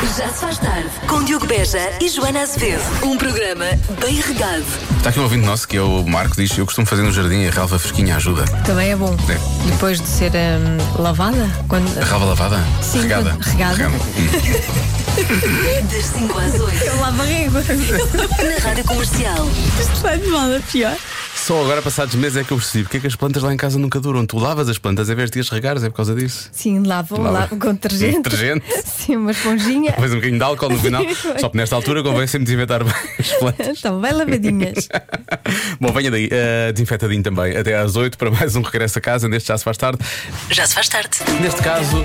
Já se faz tarde com Diogo Beja e Joana Azevedo. Um programa bem regado. Está aqui um ouvinte nosso que é o Marco, diz: Eu costumo fazer no jardim a relva fresquinha ajuda. Também é bom. É. Depois de ser hum, lavada? Quando... A relva lavada? Sim, regada. quando- regada. Das 5 às 8. Lava é régua. Na rádio comercial. Sai de mal a pior. Só agora, passados meses, é que eu percebi porque é que as plantas lá em casa nunca duram. Tu lavas as plantas em vez de as regares, é por causa disso. Sim, lavo, Lava. lavo com detergente. Detergente. Sim, uma esponjinha. Depois um bocadinho de álcool no final. Pois. Só que nesta altura convém sempre desinfetar bem as plantas. Estão bem lavadinhas. Bom, venha daí, eh, desinfetadinho também. Até às 8 para mais um regresso a casa. Neste já se faz tarde. Já se faz tarde. Neste caso,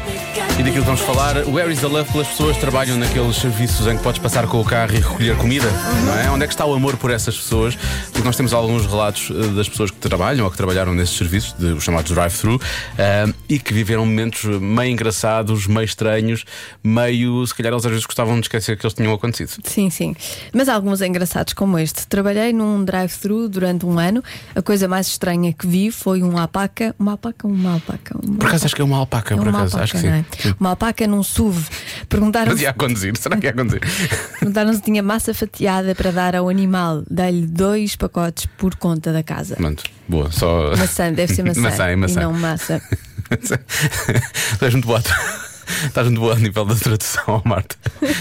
e daquilo que vamos falar, Where is the Love? Pelas pessoas que trabalham naqueles serviços em que podes passar com o carro e recolher comida, não é? Onde é que está o amor por essas pessoas? Porque nós temos alguns relatos eh, das pessoas que trabalham ou que trabalharam nesses serviços, de, os chamados drive-thru, eh, e que viveram momentos meio engraçados, meio estranhos, meio. se calhar eles às vezes gostavam de esquecer que eles tinham acontecido. Sim, sim. Mas há alguns engraçados como este. Trabalhei num drive-thru durante um ano. A coisa mais estranha que vi foi um alpaca. Uma alpaca, uma alpaca. Uma... Por acaso acho que é uma alpaca, É por uma acaso, alpaca, acho que sim. não é? Sim. Uma alpaca num SUV. Perguntaram Mas ia a conduzir, será que ia a conduzir? Perguntaram se tinha massa fatiada para dar ao animal. Dei-lhe dois pacotes por conta da casa. Pronto, boa, só. Maçã, deve ser maçã. Maçã, é maçã. E não massa. Estás muito boa. Estás muito boa a nível da tradução, Marta.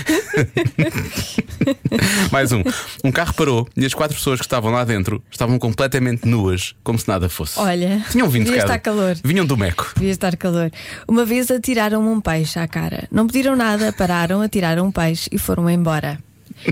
Mais um. Um carro parou e as quatro pessoas que estavam lá dentro estavam completamente nuas, como se nada fosse. Olha, Tinham vindo de devia casa. estar calor. Vinham do Meco. Devia estar calor. Uma vez atiraram um peixe à cara. Não pediram nada, pararam, atiraram um peixe e foram embora.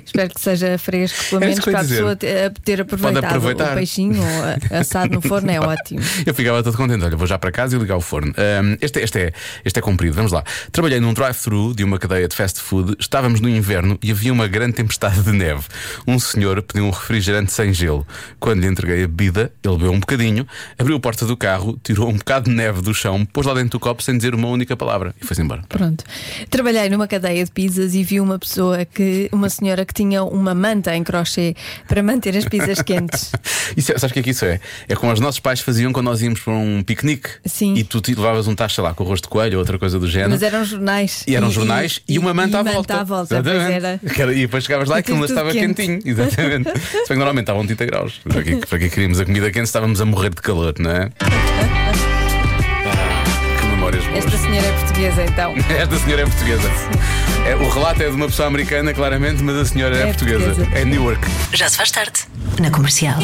Espero que seja fresco, pelo Era menos É isso que eu ia para a dizer. pessoa ter, ter aproveitado aproveitar. o peixinho ou, a- assado no forno, é ótimo. Eu ficava todo contente. Olha, vou já para casa e ligar o forno. Ahm, este, este, é, este é comprido. Vamos lá. Trabalhei num drive-thru de uma cadeia de fast food. Estávamos no inverno e havia uma grande tempestade de neve. Um senhor pediu um refrigerante sem gelo. Quando lhe entreguei a bebida, ele bebeu um bocadinho, abriu a porta do carro, tirou um bocado de neve do chão, pôs lá dentro do copo sem dizer uma única palavra e foi-se embora. Pronto. Trabalhei numa cadeia de pizzas e vi uma pessoa que, uma senhora que tinha uma manta em crochê para manter as pizzas quentes. Isso é, sabes o que é que isso é? É como os nossos pais faziam quando nós íamos para um piquenique Sim. e tu te levavas um tacho, sei lá, com arroz de coelho ou outra coisa do género. Mas eram jornais. E eram jornais e, uma manta à volta. à volta, pois Exatamente. era. Que era- E depois chegavas lá e aquilo Aquilo ainda tudo estava quente. quentinho. Exatamente. Se bem que normalmente estavam 30 graus. Para que, para que queríamos a comida quente se estávamos a morrer de calor, não é? Ah, que memórias boas. Esta senhora é portuguesa então. Esta senhora é portuguesa. É, o relato é de uma pessoa americana, claramente, mas a senhora é, É portuguesa. portuguesa. É Newark. Já se faz tarde. Na comercial.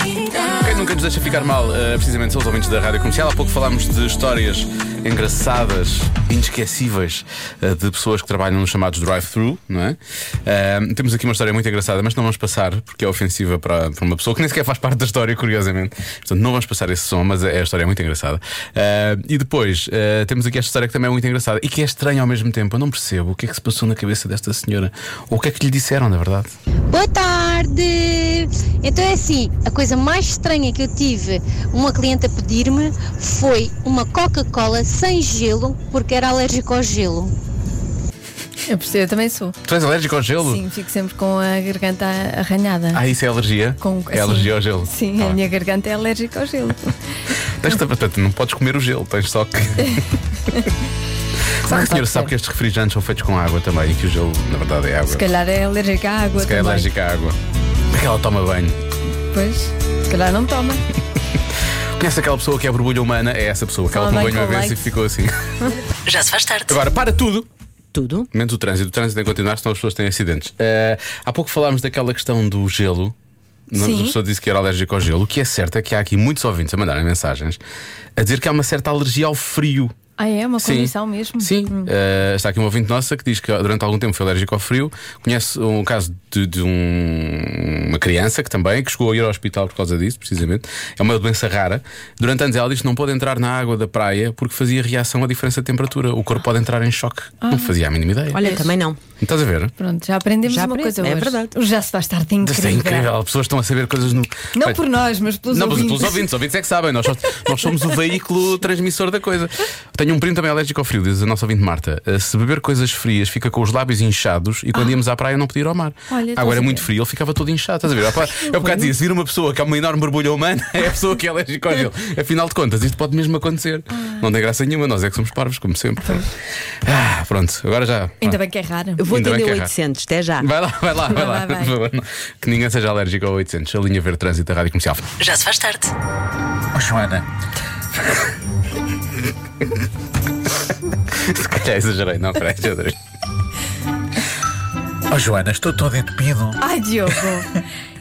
Quem nunca nos deixa ficar mal, eh, precisamente são os ouvintes da rádio comercial. Há pouco falámos de histórias engraçadas, inesquecíveis, eh, de pessoas que trabalham nos chamados drive-thru, não é? Eh, temos aqui uma história muito engraçada, mas não vamos passar, porque é ofensiva para, para uma pessoa que nem sequer faz parte da história, curiosamente. Portanto, não vamos passar esse som, mas é, a história é muito engraçada. Eh, e depois, eh, temos aqui esta história que também é muito engraçada e que é estranha ao mesmo tempo. Eu não percebo o que é que se passou na cabeça desta senhora, ou o que é que lhe disseram, na verdade. Boa tarde! Então é assim, a coisa mais estranha que eu tive uma cliente a pedir-me foi uma Coca-Cola sem gelo, porque era alérgico ao gelo. Eu percebo, eu também sou. Tu és alérgico ao gelo? Sim, fico sempre com a garganta arranhada. Ah, isso é alergia? Com- é assim. alergia ao gelo. Sim, Tá a bem. minha garganta é alérgica ao gelo. Tens de- portanto, não podes comer o gelo, tens só que. Será que a senhora sabe pode ser. que estes refrigerantes são feitos com água também e que o gelo, na verdade, é água? Se calhar é alérgica à água. Se calhar é também. alérgica à água. Como é que ela toma banho? Pois, se calhar não toma. Conhece aquela pessoa que é borbulha humana? É essa pessoa. Aquela que Toma tomou banho uma banho com vez e leite. ficou assim. Já se faz tarde. Agora, para tudo! Tudo? Menos o trânsito. O trânsito tem que continuar, senão as pessoas têm acidentes. Eh, há pouco falámos daquela questão do gelo. Não- Sim. A pessoa disse que era alérgico ao gelo. O que é certo é que há aqui muitos ouvintes a mandarem mensagens a dizer que há uma certa alergia ao frio. Ah, é uma Sim. condição mesmo? Hum. Sim. Eh, está aqui um ouvinte nossa que diz que durante algum tempo foi alérgico ao frio. Conhece um caso de, de um- uma criança que também que chegou a ir ao hospital por causa disso, precisamente. É uma doença rara. Durante anos ela disse que não pôde entrar na água da praia porque fazia reação à diferença de temperatura. O corpo pode entrar em choque. Ah. Não fazia a mínima ideia. Olha, tá também não. Não Estás a ver? Pronto, já aprendemos Já uma aprendi- coisa é hoje. verdade. O Já se faz tarde, é incrível. Isto é incrível. As pessoas estão a saber coisas no. Não Bem, por nós, mas pelos não, mas ouvintes. pelos ouvintes, os ouvintes é que sabem, nós, só- nós somos o veículo transmissor da coisa. Tenho Tenho um primo também alérgico ao frio, diz a nossa ouvinte Marta. Eh, Se beber coisas frias, fica com os lábios inchados e quando íamos à praia não podia ir ao mar. Ah. Olha, então estás Agora é a muito ver. frio, ele ficava todo inchado. Estás a ver? Opa, eu bocado disse: vir uma pessoa que é uma enorme borbulha humana é a pessoa que é alérgica ao gelo. Afinal de contas, isto pode mesmo acontecer. Ah. Não tem graça nenhuma, nós é que somos parvos, como sempre. Ah, pronto, agora já. Ainda bem que é raro. Eu vou Ainda bem atender que é o raro. 800, até já. Vai lá, vai lá, vai lá. vai, vai. por favor. Que ninguém seja alérgico ao 800. A linha verde trânsito da rádio comercial. Já se faz tarde. Oh, Joana. Se calhar exagerei, não, peraí, exagerei. Oh Joana, estou todo entupido. Ai, Diogo,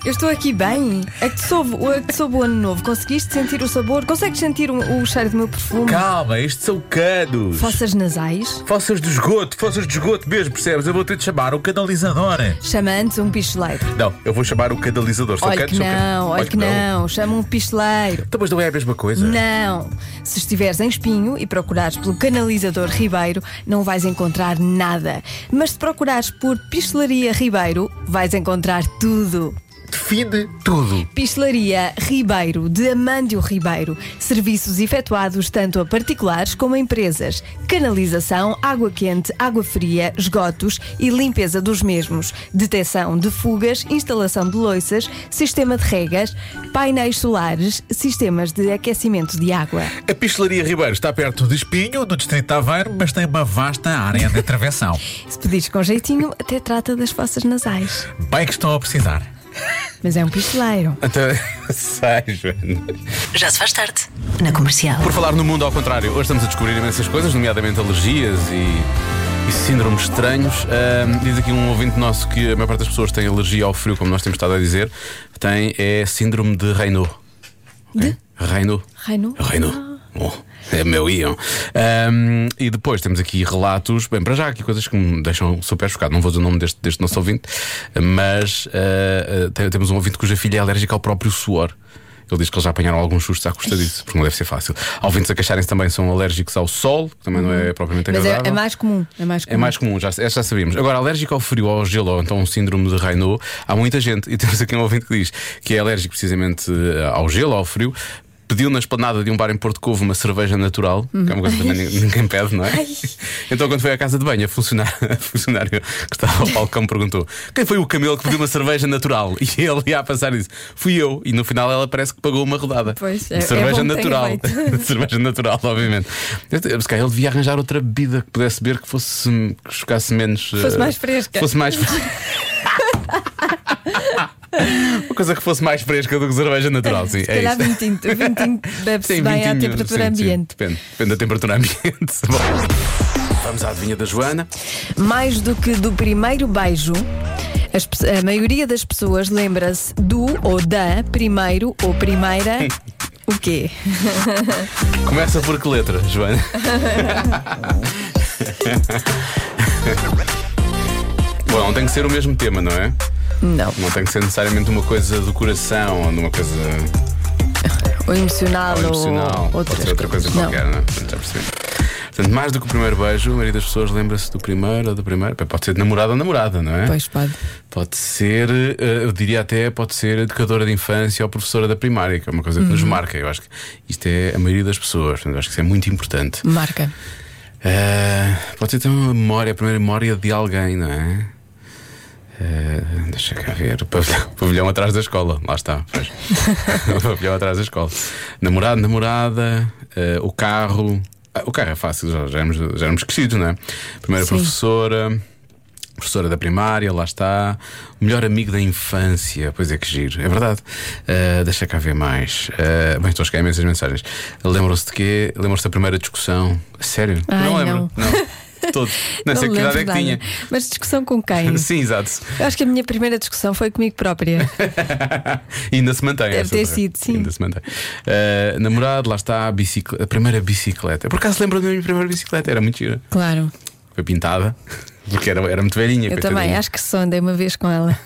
eu estou aqui bem. É que te soube, é que te soube o ano novo. Conseguiste sentir o sabor? Consegues sentir o, o cheiro do meu perfume? Calma, estes são canos. Fossas nasais? Fossas de esgoto, fossas de esgoto mesmo, percebes? Eu vou ter de chamar o canal. Canalizador. Chama antes um picheleiro. Não, eu vou chamar o canalizador. São Olha canos, que são canos. não, olha que não. Chama um picheleiro. Então, mas não é a mesma coisa? Não! Se estiveres em espinho e procurares pelo canalizador Ribeiro, não vais encontrar nada. Mas se procurares por Pistelaria Ribeiro, vais encontrar tudo. Define tudo. Pistelaria Ribeiro, de Amândio Ribeiro. Serviços efetuados tanto a particulares como a empresas. Canalização, água quente, água fria, esgotos e limpeza dos mesmos. Detecção de fugas, instalação de loiças, sistema de regas, painéis solares, sistemas de aquecimento de água. A Pistelaria Ribeiro está perto Perto de Espinho, no Distrito de Aveiro, mas tem uma vasta área de intervenção. Se pedires com jeitinho, até trata das fossas nasais. Bem que estou a precisar. Mas é um pisteleiro. Até Então, sai, Joana. Já se faz tarde. Na comercial. Por falar no mundo ao contrário, hoje estamos a descobrir imensas coisas, nomeadamente alergias e, e síndromes estranhos. Ahm, diz aqui um ouvinte nosso que a maior parte das pessoas tem alergia ao frio, como nós temos estado a dizer, tem é síndrome de É? Raynaud. De? Raynaud. Reino? Ah. Raynaud. Bom, É meu iam. Ahm, e depois temos aqui relatos, bem, para já aqui coisas que me deixam super chocado. Não vou dizer o nome deste, deste nosso ouvinte, mas ah, ah, tem- temos um ouvinte cuja filha é alérgica ao próprio suor. Ele diz que eles já apanharam alguns sustos à custa disso, porque não deve ser fácil. Há ouvintes a queixarem-se também são alérgicos ao sol, que também não é propriamente Mas agradável. é, é mais comum. É mais comum. É mais comum, já, essa já sabíamos. Agora, alérgico ao frio, ao gelo, ou então um síndrome de Raynaud, há muita gente, e temos aqui um ouvinte que diz que é alérgico precisamente eh, ao gelo, ao frio. Pediu na esplanada de um bar em Porto Covo uma cerveja natural, que é uma coisa que também Uhum. ninguém- ninguém pede, não é? Então, quando foi à casa de banho, a funcionária, a funcionária que estava ao balcão perguntou: quem foi o camelo que pediu uma cerveja natural? E ele ia a passar e disse: fui eu. E no final ela parece que pagou uma rodada. Pois, é- é cerveja bom que tenha natural. feito. cerveja natural, obviamente. Eu- Se calhar ele devia arranjar outra bebida que pudesse beber que fosse que chocasse menos. Fosse eh, mais fresca. Fosse mais fresca. Uma coisa que fosse mais fresca do que cerveja natural, sim. Se é calhar um, isto. vinho tinto. Vinho tinto bebe-se Sim, bem à vintinho, temperatura sim, sim, ambiente. depende, depende da temperatura ambiente. Bom, vamos à adivinha da Joana. Mais do que do primeiro beijo, as pe- a maioria das pessoas lembra-se do ou da primeiro ou primeira. O quê? Começa por que letra, Joana? Bom, não tem que ser o mesmo tema, não é? Não. Não tem que ser necessariamente uma coisa do coração ou de uma coisa Ou emocional ou ou, emocional. Pode outras ser outra coisa coisas. Não. qualquer, não é? Portanto, já percebi. Portanto, mais do que o primeiro beijo, a maioria das pessoas lembra-se do primeiro ou do primeiro. Pode ser de namorado ou namorada, não é? Pois pode. Pode ser, eh, eu diria até, pode ser educadora de infância ou professora da primária, que é uma coisa que nos Uhum. marca. Eu acho que isto é a maioria das pessoas. portanto, Eu acho que isso é muito importante. Marca. Eh, pode ser também uma memória, a primeira memória de alguém, não é? Eh, deixa cá ver. O pavilhão, o pavilhão atrás da escola. Lá está. pois. o pavilhão atrás da escola. Namorado, namorada, eh, o carro. Ah, o carro é fácil, já, já, éramos, já éramos crescidos, não é? Primeira Sim. professora. Professora da primária, lá está. O melhor amigo da infância, pois é que giro, é verdade. Eh, deixa cá ver mais. Eh, bem, estou a chegar imensas mensagens. Lembram-se de quê? Lembram-se da primeira discussão? Sério? Ai, não lembro. Não. Todo. Não, sei que me idade é que lembro de tinha. nada. Mas discussão com quem? Sim, exato. Eu acho que a minha primeira discussão foi comigo própria. E ainda se mantém. Deve essa ter torre. sido, sim. Ainda se mantém. Eh, namorado, lá está a, bicicleta, a primeira bicicleta. Por acaso lembro da minha primeira bicicleta? Era muito gira. Claro. Foi pintada, porque era, era muito velhinha. Eu também, acho que só andei uma vez com ela.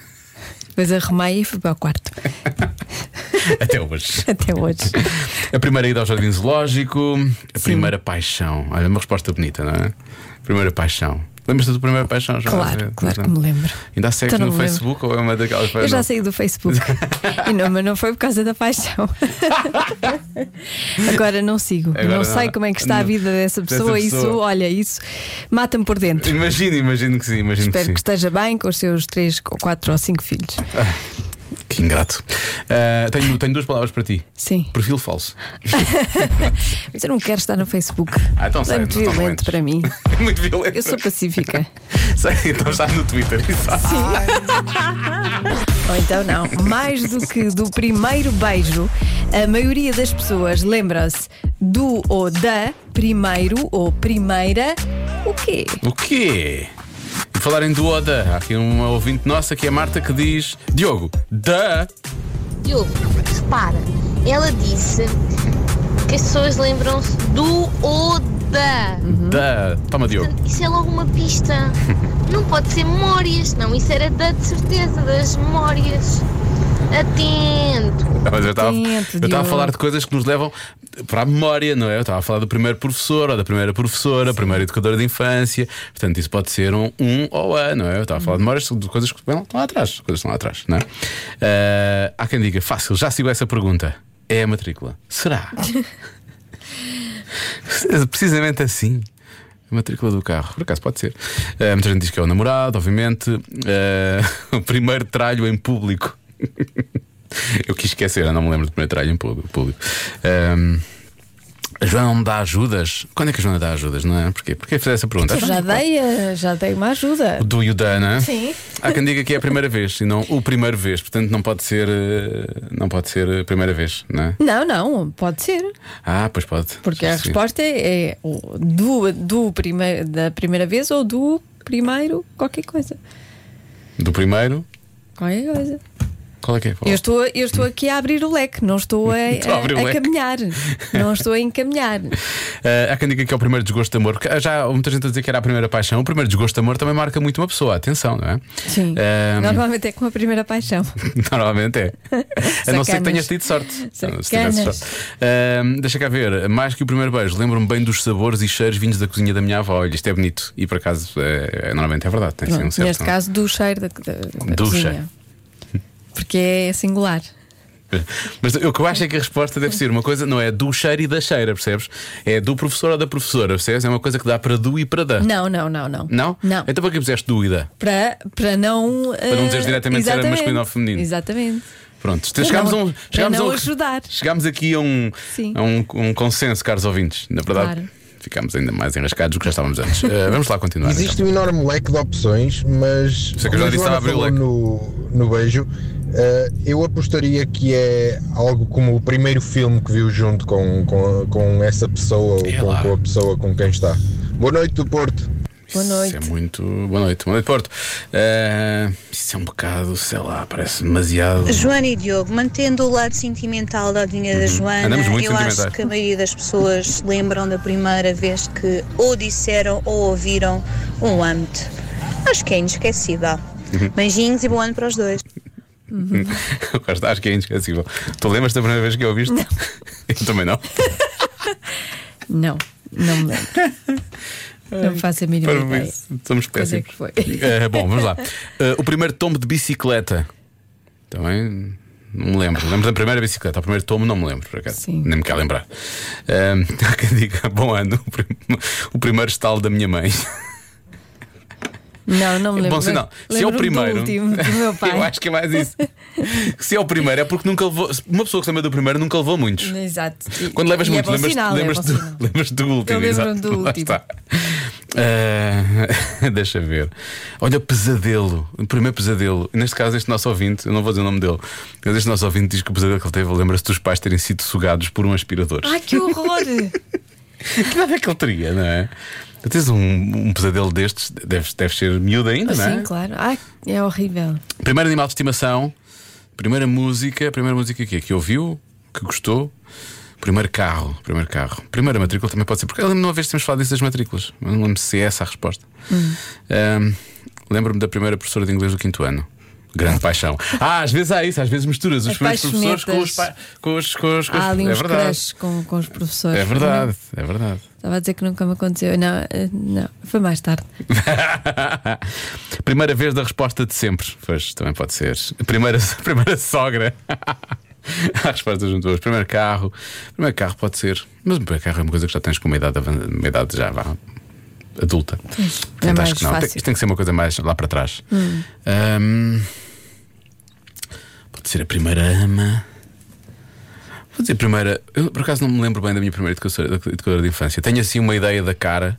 Depois arrumei e fui para o quarto. que. Até hoje. Até hoje. A primeira ida ao jardim zoológico, a primeira paixão. Olha, uma resposta bonita, não é? Primeira paixão. Lembras-te do primeiro paixão, Joana? Claro, claro que me lembro. Ainda há sexo Então no não me lembro. Facebook ou é uma daquelas Eu já paixões? saí do Facebook. e não, mas não foi por causa da paixão. Agora não sigo. Agora não, não. sei como é que está a Não. vida dessa Dessa pessoa. Isso, pessoa. olha, isso mata-me por dentro. Imagino, imagino que sim, imagino Espero que que sim. esteja bem com os seus três, ou quatro ou cinco filhos. Que ingrato. Ah, tenho, tenho duas palavras para ti: Sim. perfil falso. Mas eu não quero estar no Facebook. Ah, então é sai, muito então violento doentes. para mim. É muito violento. Eu sou pacífica. Sei, então está no Twitter. Exato. Ou então não. Mais do que do primeiro beijo, a maioria das pessoas lembra-se do ou da primeiro ou primeira. O quê? O quê? E falar em Duoda, há aqui uma ouvinte nossa que é a Marta que diz: Diogo, da. Diogo, repara, ela disse que as pessoas lembram-se do ou da. Uhum. Da. Toma, Diogo. Isso é logo uma pista. Não pode ser memórias, não. Isso era da de certeza, das memórias. Atento. Mas eu estava Atento, eu estava a Diogo. falar de coisas que nos levam para a memória, não é? Eu estava a falar do primeiro professor ou da primeira professora, primeiro educadora de infância. Portanto, isso pode ser um, um ou a, não é? Eu estava a falar de memórias de coisas que bem, estão lá atrás. Coisas que estão lá atrás, não é? Ah, há quem diga: fácil, já sigo essa pergunta. É a matrícula. Será? Precisamente assim. A matrícula do carro, por acaso pode ser. Ah, muita gente diz que é o namorado, obviamente. Ah, o primeiro tralho em público. Eu quis esquecer, eu não me lembro do primeiro tralho em pú- público. Ahm, a Joana não me dá ajudas? Quando é que a Joana dá ajudas, não é? Porquê? Porquê fazer essa pergunta? Eu já dei, eh, já dei uma ajuda. Do Yudana. Sim. Há quem diga que é a primeira vez, e não o primeiro vez. Portanto, não pode ser, eh, não pode ser a primeira vez, não é? Não, não, pode ser. Ah, pois pode. Porque a Sim. resposta é o do, do prime, da primeira vez ou do primeiro qualquer coisa. Do primeiro, Qualquer coisa. qual é que é? Eu estou, eu estou aqui a abrir o leque, não estou a, Estou a a- abrir o a leque. caminhar. Não estou a encaminhar. Ah, há quem diga que é o primeiro desgosto de amor. porque eh, Já há muita gente a dizer que era a primeira paixão. O primeiro desgosto de amor também marca muito uma pessoa, atenção, não é? Sim. Ahm, Normalmente é com a primeira paixão. Normalmente é. A não ser que Sacanas. tenhas tido sorte. Sacanas. Se tivesse sorte. Ahm, deixa cá ver, mais que o primeiro beijo, lembro-me bem dos sabores e cheiros vindos da cozinha da minha avó. Olha, isto é bonito. E por acaso, é, é- normalmente é verdade, tem sim um Pronto, certo. neste caso, do cheiro da, da, da Do cozinha. cheiro. Porque é singular. Mas o que eu acho é que a resposta deve ser uma coisa, não é do cheiro e da cheira, percebes? É do professor ou da professora, percebes? É uma coisa que dá para do e para da. Não, não, não, não. Ah. Não? Não. Então para que puseste dúvida? Para, para não. Para não dizeres diretamente se era masculino ou feminino. Exatamente. Pronto, chegámos a não- um. para Chegámos não a um- ajudar. Chegámos aqui a um, Sim. a um, um consenso, caros ouvintes. Na verdade, Claro. ficámos ainda mais enrascados do que já estávamos antes. Eh, vamos lá continuar. então. Existe um enorme leque de opções, mas Isso é que eu já como a disse, estava Joana a abrir o falou no, no beijo, eh, eu apostaria que é algo como o primeiro filme que viu junto com, com, com essa pessoa ou É com, lá. com a pessoa com quem está. Boa noite do Porto. Boa noite. Isso é muito. Boa noite, boa noite, Porto. Eh, isso é um bocado, sei lá, parece demasiado. Joana e Diogo, mantendo o lado sentimental da adivinha da Joana, Uhum. Andamos muito eu acho sentimentais. que a maioria das pessoas se lembram da primeira vez que ou disseram ou ouviram um âmbito. Acho que é inesquecível. Uhum. Beijinhos e bom ano para os dois. Eu gosto, Acho que é inesquecível. Tu lembras da primeira vez que eu ouviste? Eu também não. Não, não me lembro. não faço a mínima Para ideia. isso, somos Pois é péssimos. que foi. Eh, bom, vamos lá. Eh, o primeiro tombo de bicicleta. Também não me lembro. Lembro da primeira bicicleta. O primeiro tombo não me lembro, por acaso. Sim. Nem me quero lembrar. Eh, há quem diga, bom ano, o, prim- o primeiro estalo da minha mãe. Não, não me lembro. Bom sinal. Se é o Lembro-me primeiro. Do último, do meu pai. Eu acho que é mais isso. Se é o primeiro, é porque nunca levou. Uma pessoa que se lembra do primeiro nunca levou muitos. Exato. E- Quando levas e muito, é bom lembras, sinal, é lembras, bom do, sinal. lembras do último. Eu lembro-me exato. do Lá último. está. Ah, deixa ver. Olha, pesadelo. O primeiro pesadelo. Neste caso, este nosso ouvinte, eu não vou dizer o nome dele, mas este nosso ouvinte diz que o pesadelo que ele teve lembra-se dos pais terem sido sugados por um aspirador. Ai, que horror! Que nada é que ele teria, não é? Tu Tens um, um pesadelo destes, deves, deves ser miúdo ainda, não é? Ah, Sim, claro. Ai, é horrível. Primeiro animal de estimação, primeira música, primeira música que é que ouviu, que gostou, primeiro carro, primeiro carro, primeira matrícula também pode ser, porque eu lembro-me de uma vez que temos falado disso das matrículas, mas Hum. não lembro se é essa a resposta. Ahm, lembro-me da primeira professora de inglês do quinto ano. Grande paixão. Ah, às vezes há isso, às vezes misturas os As primeiros professores com os, paixonetas. pa- com os, com os, com os- Há ali É uns verdade. crushes com, com os professores. É verdade, é verdade. Estava a dizer que nunca me aconteceu. Não, eh, não. foi mais tarde. primeira vez da resposta de sempre. Pois, também pode ser. Primeira, primeira sogra. Há respostas muito boas. Primeiro carro. Primeiro carro pode ser. Mas o primeiro carro é uma coisa que já tens com uma idade, avan- uma idade já vá, adulta. Portanto, é mais acho que não. Tem- fácil. Hum. Isto tem que ser uma coisa mais lá para trás. Ahm, pode ser a primeira ama. Vou dizer a primeira. Eu por acaso não me lembro bem da minha primeira educadora, educadora de infância. Tenho assim uma ideia da cara.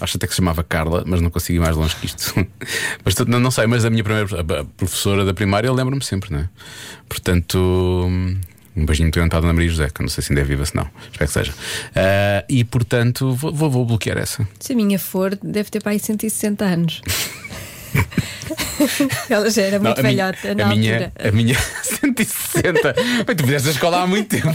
Acho até que se chamava Carla, mas não consegui ir mais longe que isto. mas tu- não, não sei, mas a minha primeira a- a professora da primária eu lembro-me sempre, não é? Portanto, um beijinho muito grande para a Dona Maria José, que eu não sei se ainda é viva, se não. Espero que seja. Ah, e portanto, vou, vou- vou bloquear essa. Se a minha for, deve ter para aí 160 anos. Ela já era muito a minha- velhota na a minha, altura. a minha 160. Bem, tu fizeste a escola há muito tempo.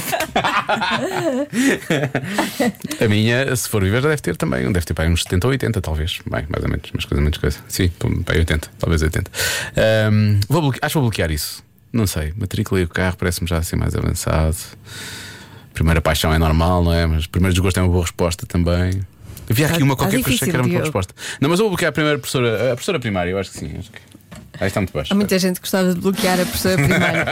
a minha, se for viva, já deve ter também. Deve ter para aí uns 70 ou 80, talvez. Bem, mais ou menos. Mas coisa, menos coisa. Sim, para aí 80, talvez 80. Ahm, vou bloque- acho que vou bloquear isso. Não sei. Matrícula e o carro parece-me já assim mais avançado. Primeira paixão é normal, não é? Mas primeiro desgosto é uma boa resposta também. Havia aqui Tá- uma tá qualquer que eu achei difícil, que era uma boa Diogo. resposta. Não, mas eu vou bloquear a primeira professora, a professora primária, eu acho que sim. Acho que... Aí está muito baixo. Há muita gente que gostava de bloquear a professora primária.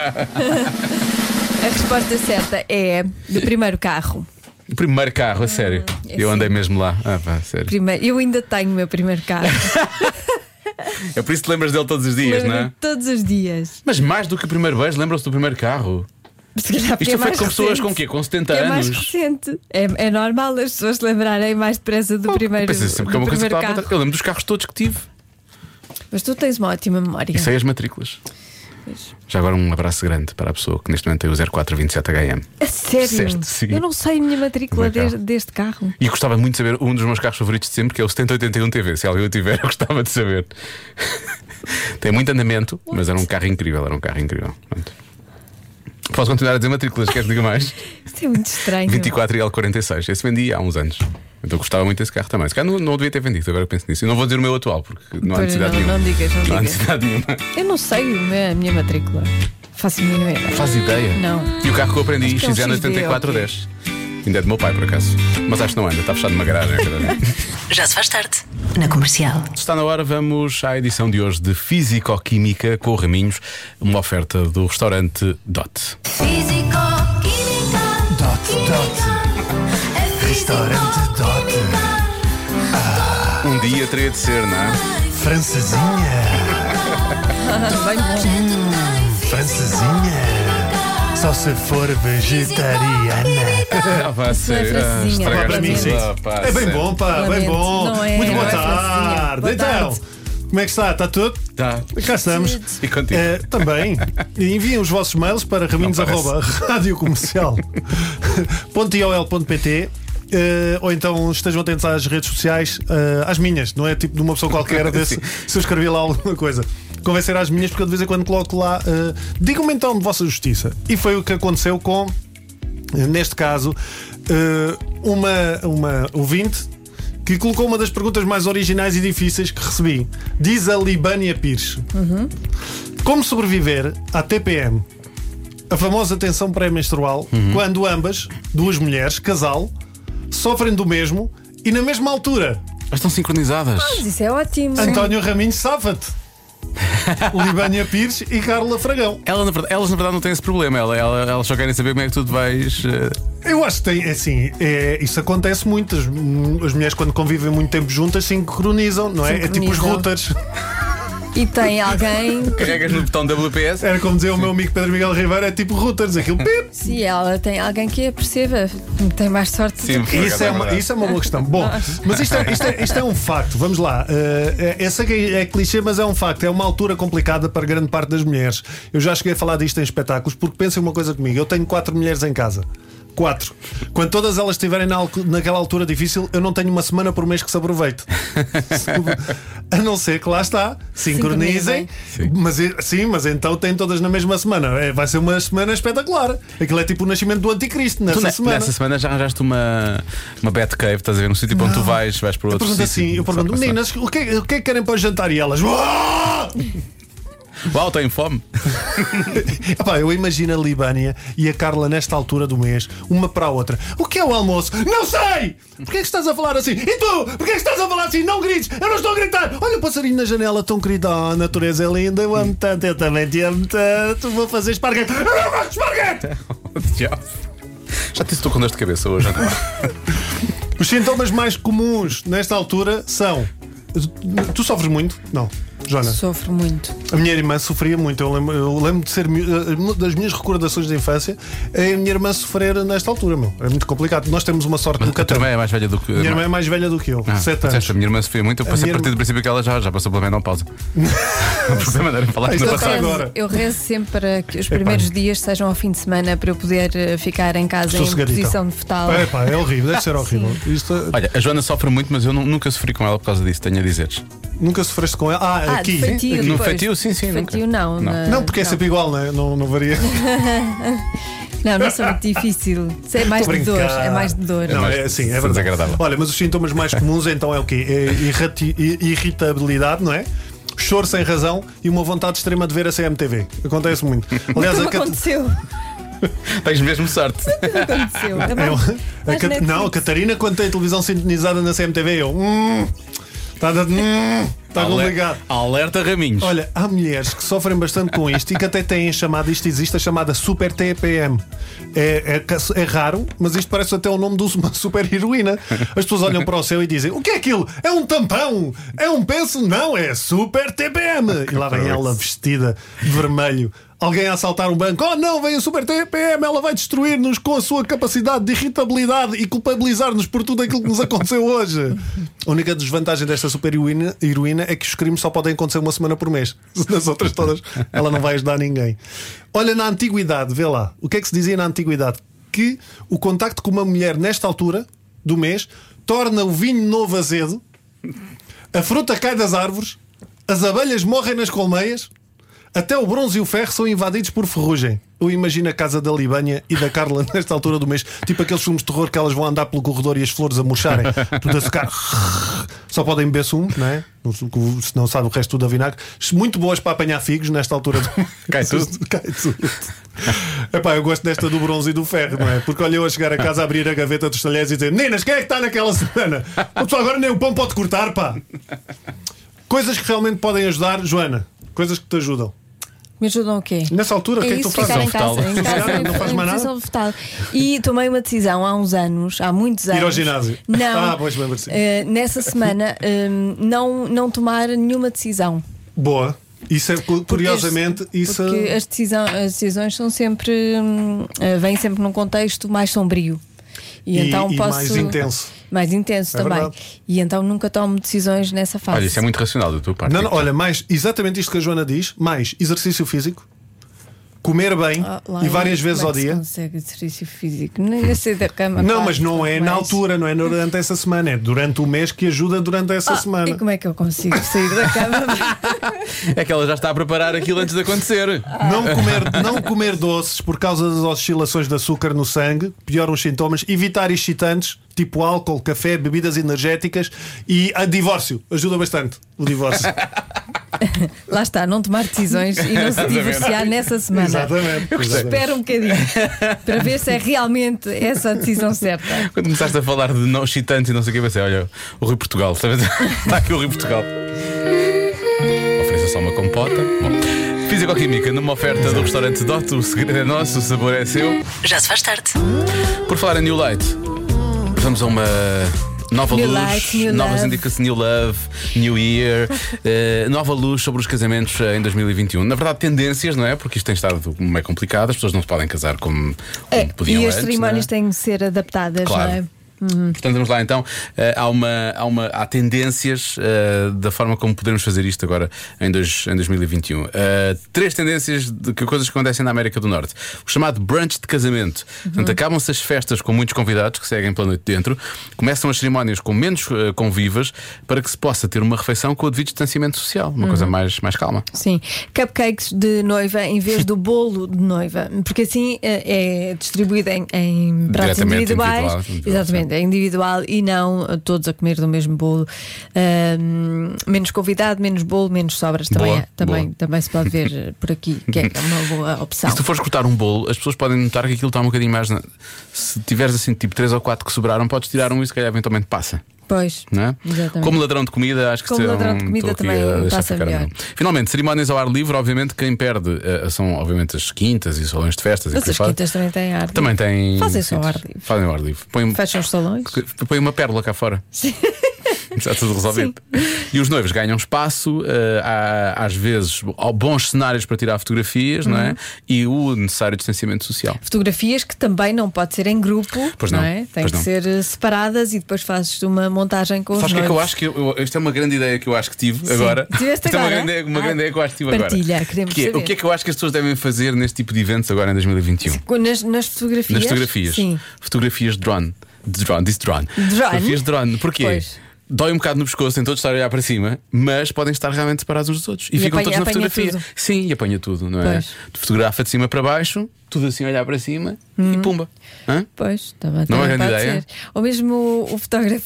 a resposta certa é do primeiro carro. O primeiro carro, a sério. é eu andei mesmo lá. Ah, pá, a sério. Primeiro, eu ainda tenho o meu primeiro carro. É por isso que te lembras dele todos os dias, não é? Lembro-me Todos os dias. Mas mais do que o primeiro beijo, lembram-se do primeiro carro. Se calhar porque Isto é é feito mais com pessoas recente. com o quê? Com 70 Que é mais anos. recente. É, é normal as pessoas se lembrarem mais depressa do primeiro, Pensa sempre que é do uma coisa que primeiro está a carro. apontar. Eu lembro dos carros todos que tive. Mas tu tens uma ótima memória. E sei as matrículas. Já agora um abraço grande para a pessoa que neste momento tem o 0427HM. A sério? é Certo, sim. Eu não sei a minha matrícula Primeiro de- deste carro. E gostava muito de saber um dos meus carros favoritos de sempre, que é o 7081 TV. Se alguém o tiver, eu gostava de saber. Tem muito andamento, mas era um carro incrível, era um carro incrível. Pronto. Posso continuar a dizer matrículas, queres que diga mais? Isto é muito estranho. 24 e L46. Esse vendi há uns anos. Então gostava muito desse carro também. Se calhar não, não o devia ter vendido, agora eu penso nisso. Eu não vou dizer o meu atual, porque não há Pois, necessidade não, nenhuma. não digas, não há digas. necessidade nenhuma. Eu não sei o meu- a minha matrícula. Faço a mínima ideia. Faz ideia. Não. E o carro que eu aprendi, Acho que é um XN 8410. Ainda é do meu pai, por acaso. Mas acho que não anda, está fechado numa garagem. acredito. Já se faz tarde. Na comercial. Está na hora, vamos à edição de hoje de Físico-Química com o Raminhos, uma oferta do restaurante Dot. Físico, química. Dot, dot. Restaurante Dot. Um dia teria de ser, não é? Francesinha, Ah, Bem bom. francesinha, só se for vegetariana. É Ah, vai ser. Não é assim. francesinha, estragaste Para mim, tudo. sim. Ah, pá, É bem sério. bom, pá, bem Lamento, bom. não é, Muito boa não é francesinha. tarde. Boa então, como é que está? Está tudo? Tá. Cá estamos. E contigo. Eh, também. E enviem os vossos mails para raminhos.radiocomercial.ol.pt eh, ou então estejam atentos às redes sociais, eh, às minhas, não é tipo de uma pessoa qualquer a ver se, Sim. se eu escrevi lá alguma coisa. Convém ser às minhas, porque eu de vez em quando coloco lá. eh, Digam-me então de vossa justiça. E foi o que aconteceu com, eh, neste caso, eh, uma, uma ouvinte que colocou uma das perguntas mais originais e difíceis que recebi. Diz a Libânia Pires. Como sobreviver à TPM, a famosa tensão pré-menstrual, quando ambas, duas mulheres, casal, sofrem do mesmo e na mesma altura? Mas estão sincronizadas. Mas isso é ótimo. Então, António Raminhos, safa-te! Libânia Pires e Carla Fragão. Ela, na verdade- elas na verdade não têm esse problema, ela, ela- elas só querem saber como é que tu te vais. eh, Eu acho que tem, assim, é, isso acontece muito. As, as mulheres, quando convivem muito tempo juntas, sincronizam, não é? É tipo os Sincronizam. routers. E tem alguém. carregas no botão WPS. Era como dizia o meu amigo Pedro Miguel Ribeiro, é tipo routers, aquilo pip, Se ela tem alguém que a perceba, tem mais sorte. Sim, por acaso Isso é, uma, verdade. isso é uma boa questão. Bom, mas isto é, isto é- isto é um facto. Vamos lá. Eh, eu sei que é, é clichê, mas é um facto. É uma altura complicada para grande parte das mulheres. Eu já cheguei a falar disto em espetáculos, porque pensem uma coisa comigo. Eu tenho quatro mulheres em casa. Quatro. Quando todas elas estiverem na, alcu- naquela altura difícil, eu não tenho uma semana por mês que se aproveite. a não ser que lá está, sincronizem. Mas, e- sim, mas então têm todas na mesma semana. É, vai ser uma semana espetacular. Aquilo é tipo o nascimento do anticristo nessa Tu, ne- semana. Nessa semana já arranjaste uma, uma Batcave, estás a ver? Um sítio para onde tu vais, vais para Eu outro. pergunto sítio, assim, eu só pergunto, para- meninas, o que, é- o que é que querem para o jantar? E elas, "Uau!" Uau, tem fome. Epá, eu imagino a Libânia e a Carla nesta altura do mês, uma para a outra. O que é o almoço? Não sei! Porquê é que estás a falar assim? E tu? Porquê é que estás a falar assim? Não grites! Eu não estou a gritar! Olha o passarinho na janela, tão querido. Oh, a natureza é linda, eu amo tanto, eu também te amo tanto. Vou fazer esparguete. Eu não gosto de esparguete! Diabo. Já te estou com dor de cabeça hoje, António. Os sintomas mais comuns nesta altura são. Tu sofres muito? Não. Jonas? Sofro muito. A minha irmã sofria muito. Eu lembro, eu lembro de ser mi- eh, uma das minhas recordações da infância é a minha irmã sofrer nesta altura, meu. É muito complicado. Nós temos uma sorte A nunca tua temos. irmã é mais velha do que. Minha irmã é mais velha do que eu, Ah, 7 disseste, anos. A minha irmã sofria muito, eu passei a minha partir irmã- do princípio que ela já, já passou pela menopausa. Porque também mandaram falar Ah, que isto não é passava. sério. Rezo- agora. Eu rezo sempre para que os primeiros dias sejam ao fim de semana para eu poder eh, ficar em casa Estou em cegadita. posição de fetal. É, pá, é horrível, deve ser horrível. Isto, Olha, a Joana sofre muito, mas eu nu- nunca sofri com ela por causa disso, tenho a dizer. nunca sofreste com ela. Ah, Ah, aqui. de feitio. No depois. feitio, sim, sim, De nunca. feitio, não. Não. na- Não, porque é não. sempre igual, não é? Não, não varia. Não, não sou muito difícil. Isso é mais Tô a de dor. brincar. É mais de dor. Não, mais é assim, é verdade. desagradável. Olha, mas os sintomas mais comuns então é o quê? É irrati- i- irritabilidade, não é? Choro sem razão e uma vontade extrema de ver a CMTV. Acontece muito. Aliás, a Não Cat- aconteceu. Tens mesmo sorte. Não aconteceu. É mais- um- a mais Cat- Netflix. Não, a Catarina, quando tem televisão sintonizada na CMTV, eu. Hum, está hum, tá Ale- complicado. Alerta Raminhos. Olha, há mulheres que sofrem bastante com isto e que até têm chamada, isto existe, a chamada Super TPM. É, é ca- é raro, mas isto parece até o nome de uma super heroína. As pessoas olham para o céu e dizem: O que é aquilo? É um tampão? É um penso? Não, é Super TPM. E lá vem ela vestida de vermelho. Alguém a assaltar um banco, oh não, vem a Super TPM, ela vai destruir-nos com a sua capacidade de irritabilidade e culpabilizar-nos por tudo aquilo que nos aconteceu hoje. A única desvantagem desta super heroína, heroína é que os crimes só podem acontecer uma semana por mês. Nas outras todas, ela não vai ajudar ninguém. Olha, na antiguidade, vê lá, o que é que se dizia na antiguidade? Que o contacto com uma mulher nesta altura do mês torna o vinho novo azedo, a fruta cai das árvores, as abelhas morrem nas colmeias. Até o bronze e o ferro são invadidos por ferrugem. Eu imagino a casa da Libânia e da Carla nesta altura do mês, tipo aqueles filmes de terror que elas vão andar pelo corredor e as flores a murcharem, tudo a secar. Só podem beber sumo, não é? Se não sabe o resto tudo a vinagre. Muito boas para apanhar figos nesta altura do mês. Cai tudo. Cai tudo. Epá, eu gosto desta do bronze e do ferro, não é? Porque olha eu a chegar a casa, abrir a gaveta dos talheres e dizer: Meninas, quem é que está naquela semana? O pessoal agora nem o pão pode cortar, pá. Coisas que realmente podem ajudar, Joana. Coisas que te ajudam. Me ajudam o quê? Nessa altura, o que é que tu isso, fazes? ficar em casa, Posição em fetal. casa, Não faz em mais nada? posição fetal. E tomei uma decisão há uns anos, há muitos anos. ginásio. Não. Ah, pois, lembro-se. eh, nessa semana, hum, não, não tomar nenhuma decisão. Boa. Isso é, cu- Porque as- curiosamente, isso. Porque as, decisão- as decisões são sempre. hum, eh, vêm sempre num contexto mais sombrio. E, E- então e posso. mais intenso. Mais intenso É também. verdade. E então nunca tomo decisões nessa fase. Olha, isso é muito racional da tua parte. Não, não, olha, mais exatamente isto que a Joana diz: mais exercício físico, comer bem Ah, lá e é- várias vezes como ao é que se dia. consegue exercício físico. Nem nem sei da cama. Não, claro, mas não é na mas- altura, não é durante essa semana, é durante o mês que ajuda durante essa Ah, E semana. como é que eu consigo sair da cama? É que ela já está a preparar aquilo antes de acontecer. Não comer, não comer doces por causa das oscilações de açúcar no sangue, pioram os sintomas, evitar excitantes, tipo álcool, café, bebidas energéticas e a divórcio. Ajuda bastante o divórcio. Lá está, não tomar decisões e não se divorciar nessa semana. Exatamente. Espera um bocadinho para ver se é realmente essa a decisão certa. Quando começaste a falar de não excitantes e não sei o que, pensei, olha, o Rui Portugal, está a ver? Está aqui o Rui Portugal. Ofereça só uma compota. Bom, Fisicoquímica, numa oferta do restaurante Doto, o segredo é nosso, o sabor é seu. Já se faz tarde. Por falar em New Light, vamos a uma. Nova New luz, light, new novas love. indicações, new love, new year, eh, nova luz sobre os casamentos eh, em 2021. Na verdade, tendências, não é? Porque isto tem estado meio complicado, as pessoas não se podem casar como, como É, podiam e as antes, cerimónias não é? têm que ser adaptadas, Claro. não é? Portanto, vamos lá então. Eh, há, uma, há, uma, há tendências eh, da forma como podemos fazer isto agora em, dois, em 2021. Eh, três tendências de que coisas que acontecem na América do Norte. O chamado brunch de casamento. Portanto, acabam-se as festas com muitos convidados que seguem pela noite dentro, começam as cerimónias com menos eh, convivas para que se possa ter uma refeição com o devido distanciamento social. Uma coisa mais, mais calma. Sim, cupcakes de noiva em vez do bolo de noiva, porque assim eh, é distribuído em, em pratos Diretamente, individuais. individual, individual, Exatamente, é individual e não eh, todos a comer do mesmo bolo. Ahm, menos convidado, menos bolo, menos sobras. Também, Boa, há- também, boa. também se pode ver eh, por aqui, que é uma boa opção. E se tu fores cortar um bolo, as pessoas podem notar que aquilo está um bocadinho mais. na- Se tiveres assim, tipo 3 ou 4 que sobraram, podes tirar um e se calhar eventualmente passa. Pois. Não é? Exatamente. Como ladrão de comida, acho que Como isto é ladrão um- de comida estou aqui a também deixar passa ficar a melhor. mão. Finalmente, cerimónias ao ar livre, obviamente, quem perde eh, são, obviamente, as quintas e os salões de festas. e Mas por aí as fora. quintas também têm ar. Também têm. Fazem só ao sítios. ar livre. Fazem ao ar livre. Põem, Fecham os salões. põem uma pérola cá fora. Está tudo resolvido. E os noivos ganham espaço, eh, há, às vezes há bons cenários para tirar fotografias, não Uhum. é? E o necessário distanciamento social. Fotografias que também não pode ser em grupo, Pois não, é? Têm pois que não. ser eh, separadas e depois fazes uma montagem com Sabes os o que é que eu noivos. acho que eu, eu- isto é uma grande ideia que eu acho que tive agora? Tiveste Isto é uma agora? grande, uma Ah. grande ideia que eu acho que tive Partilha, agora. queremos que é, O saber. que é que eu acho que as pessoas devem fazer neste tipo de eventos agora em 2021? Nas, nas fotografias? Nas fotografias. Sim. Fotografias drone. De drone, disse drone. Drone? Fotografias drone. Porquê? Pois. Dói um bocado no pescoço, tem todos estar a olhar para cima, mas podem estar realmente separados uns dos outros. E, E ficam apanha- todos na apanha fotografia. tudo. Sim, e apanha tudo, não é? Pois. Tu Fotografa de cima para baixo, tudo assim a olhar para cima e Hum. pumba. Hã? Pois, também, Não é também grande pode ideia? ser. Ou mesmo o, o fotografar,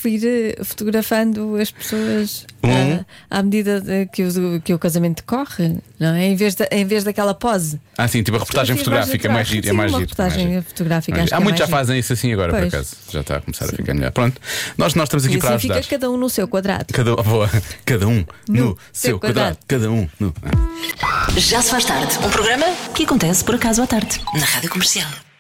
fotografando as pessoas Hum. ah, à medida de- que, o, que o casamento corre, não é? Em vez, da- em vez daquela pose. Ah, sim, tipo a reportagem Fotografias fotográfica, é mais giro. É Sim, mais uma giro, é mais reportagem giro. fotográfica. Mas acho Há que é muitos já mais giro. fazem isso assim agora, por Pois. acaso. Já está a começar a ficar melhor. Pronto, nós, nós estamos aqui E para assim ajudar. fica cada um no seu quadrado. Cada, um- boa. cada um no, seu seu quadrado. Cada um no. Já se faz tarde. Um programa que acontece por acaso à tarde. Na Rádio Comercial.